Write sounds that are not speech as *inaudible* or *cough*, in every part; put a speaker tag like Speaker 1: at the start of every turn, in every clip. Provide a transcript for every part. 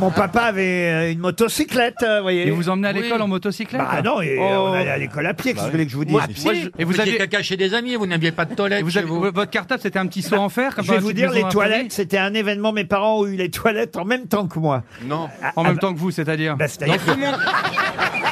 Speaker 1: Mon papa avait euh, une motocyclette, euh, vous voyez.
Speaker 2: Il vous emmenait à l'école en Oh. motocyclette
Speaker 1: Bah non, et, euh, on allait à l'école à pied,
Speaker 2: Bah
Speaker 1: qu'est-ce que vous voulez que je vous dise
Speaker 3: Moi, je-
Speaker 2: Et vous
Speaker 3: vous
Speaker 2: aviez-
Speaker 3: aviez caca chez des amis, vous n'aviez pas de
Speaker 2: Et
Speaker 3: toilette
Speaker 2: vous
Speaker 3: chez
Speaker 2: avez-
Speaker 3: vous.
Speaker 2: votre cartable, c'était un petit saut en fer comme
Speaker 1: Je vais
Speaker 2: dans la
Speaker 1: vous
Speaker 2: petite
Speaker 1: dire,
Speaker 2: maison
Speaker 1: les
Speaker 2: à
Speaker 1: toilettes,
Speaker 2: Paris
Speaker 1: c'était un événement. Mes parents ont eu les toilettes en même temps que moi.
Speaker 3: Non.
Speaker 2: En même temps que vous, c'est-à-dire
Speaker 1: ah, Bah, c'est-à-dire que-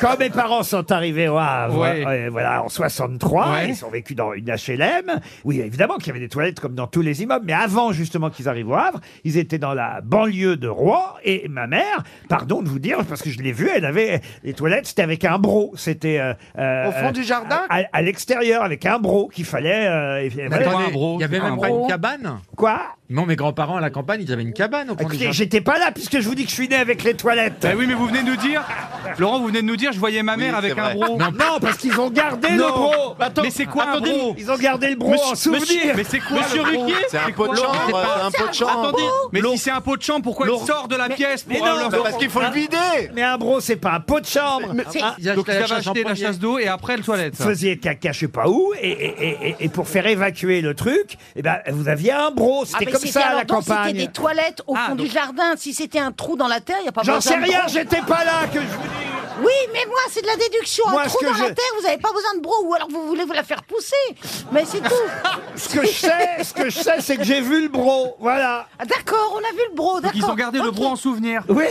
Speaker 1: quand mes parents sont arrivés au Havre,
Speaker 2: Ouais.
Speaker 1: euh, voilà, en 63,
Speaker 2: Ouais.
Speaker 1: ils ont vécu dans une HLM. Oui, évidemment qu'il y avait des toilettes comme dans tous les immeubles, mais avant justement qu'ils arrivent au Havre, ils étaient dans la banlieue de Rouen et ma mère, pardon de vous dire, parce que je l'ai vue, elle avait les toilettes, c'était avec un bro, c'était au
Speaker 4: fond du jardin
Speaker 1: à, à l'extérieur avec un bro qu'il fallait. euh, et- et
Speaker 3: Mais
Speaker 1: voilà.
Speaker 2: un
Speaker 3: attendez,
Speaker 2: bro,
Speaker 3: il y avait
Speaker 2: c'est
Speaker 3: même
Speaker 2: un
Speaker 3: pas
Speaker 2: bro.
Speaker 3: une cabane
Speaker 1: Quoi
Speaker 3: Non, mes grands-parents à la campagne, ils avaient une cabane au fond du
Speaker 1: Écoutez,
Speaker 3: jardin.
Speaker 1: j'étais pas là puisque je vous dis que je suis né avec les toilettes.
Speaker 2: Bah oui, mais vous venez de
Speaker 1: *laughs*
Speaker 2: nous dire, Laurent, vous venez de nous dire, je voyais ma mère avec un bro.
Speaker 1: Non, Bah, parce qu'ils ont gardé le
Speaker 2: Non. Bah,
Speaker 1: bro.
Speaker 2: Attends, mais c'est quoi un bro
Speaker 1: Ils ont gardé le bro en souvenir.
Speaker 2: Mais c'est quoi
Speaker 5: Monsieur
Speaker 2: le bro
Speaker 5: Ruquier C'est un pot de chambre, un pot de chambre.
Speaker 2: Attendez, mais si c'est un pot de champ, pourquoi il sort de la pièce pour
Speaker 1: mais non,
Speaker 2: euh,
Speaker 1: bah,
Speaker 2: le-
Speaker 5: Parce qu'il faut le vider
Speaker 1: Mais un bro, c'est pas un pot de chambre. Ah,
Speaker 3: Ils achetaient
Speaker 2: Donc il
Speaker 3: la
Speaker 2: avait
Speaker 3: chasse en
Speaker 2: acheté la
Speaker 3: premier.
Speaker 2: chasse d'eau et après le toilette.
Speaker 1: faisiez caca, je sais pas où, et, et- et- et- et pour faire évacuer le truc, eh ben, vous aviez un bro.
Speaker 6: Ah,
Speaker 1: C'était
Speaker 6: mais
Speaker 1: comme ça à
Speaker 6: alors
Speaker 1: la
Speaker 6: donc, C'était
Speaker 1: campagne.
Speaker 6: des toilettes au
Speaker 2: Ah,
Speaker 6: fond
Speaker 2: donc-
Speaker 6: du jardin. Si c'était un trou dans la terre, il n'y a pas
Speaker 1: J'en
Speaker 6: besoin
Speaker 1: sais
Speaker 6: de
Speaker 1: rien,
Speaker 6: bro.
Speaker 1: j'étais pas là que je vous dis.
Speaker 6: Oui, mais moi, c'est de la déduction.
Speaker 1: Moi,
Speaker 6: un
Speaker 1: ce
Speaker 6: trou
Speaker 1: que
Speaker 6: dans
Speaker 1: je-
Speaker 6: la terre, vous n'avez pas besoin de bro. Ou alors vous voulez vous la faire pousser.
Speaker 1: *laughs*
Speaker 6: Mais c'est tout.
Speaker 1: Ce que je sais, ce que je sais, c'est que j'ai vu le bro. Voilà.
Speaker 6: Ah, *laughs* D'accord, on a vu le bro.
Speaker 2: Donc
Speaker 6: D'accord.
Speaker 2: ils ont gardé le
Speaker 6: Ok.
Speaker 2: bro en souvenir.
Speaker 1: Oui.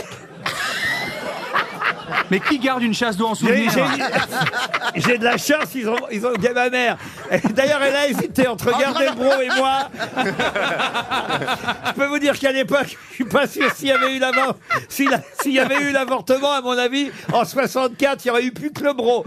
Speaker 2: Mais qui garde une chasse d'eau en
Speaker 1: J'ai
Speaker 2: souvenir
Speaker 1: j'ai- j'ai de la chance, ils ont, ils ont bien ma mère. D'ailleurs, elle a hésité entre garder le bro et moi. Je peux vous dire qu'à l'époque, je suis pas sûr s'il y avait eu l'avor- s'il a- s'il y avait eu l'avortement, à mon avis, en 64, il y aurait eu plus que le bro.